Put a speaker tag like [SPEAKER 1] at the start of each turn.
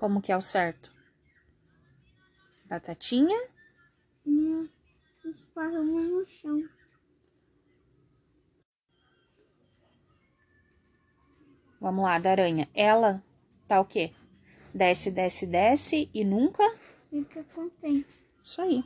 [SPEAKER 1] Como que é o certo? Batatinha?
[SPEAKER 2] Minha esparrama no chão.
[SPEAKER 1] Vamos lá, da aranha. Ela tá o quê? Desce, desce, desce e nunca?
[SPEAKER 2] Fica contente.
[SPEAKER 1] Isso aí.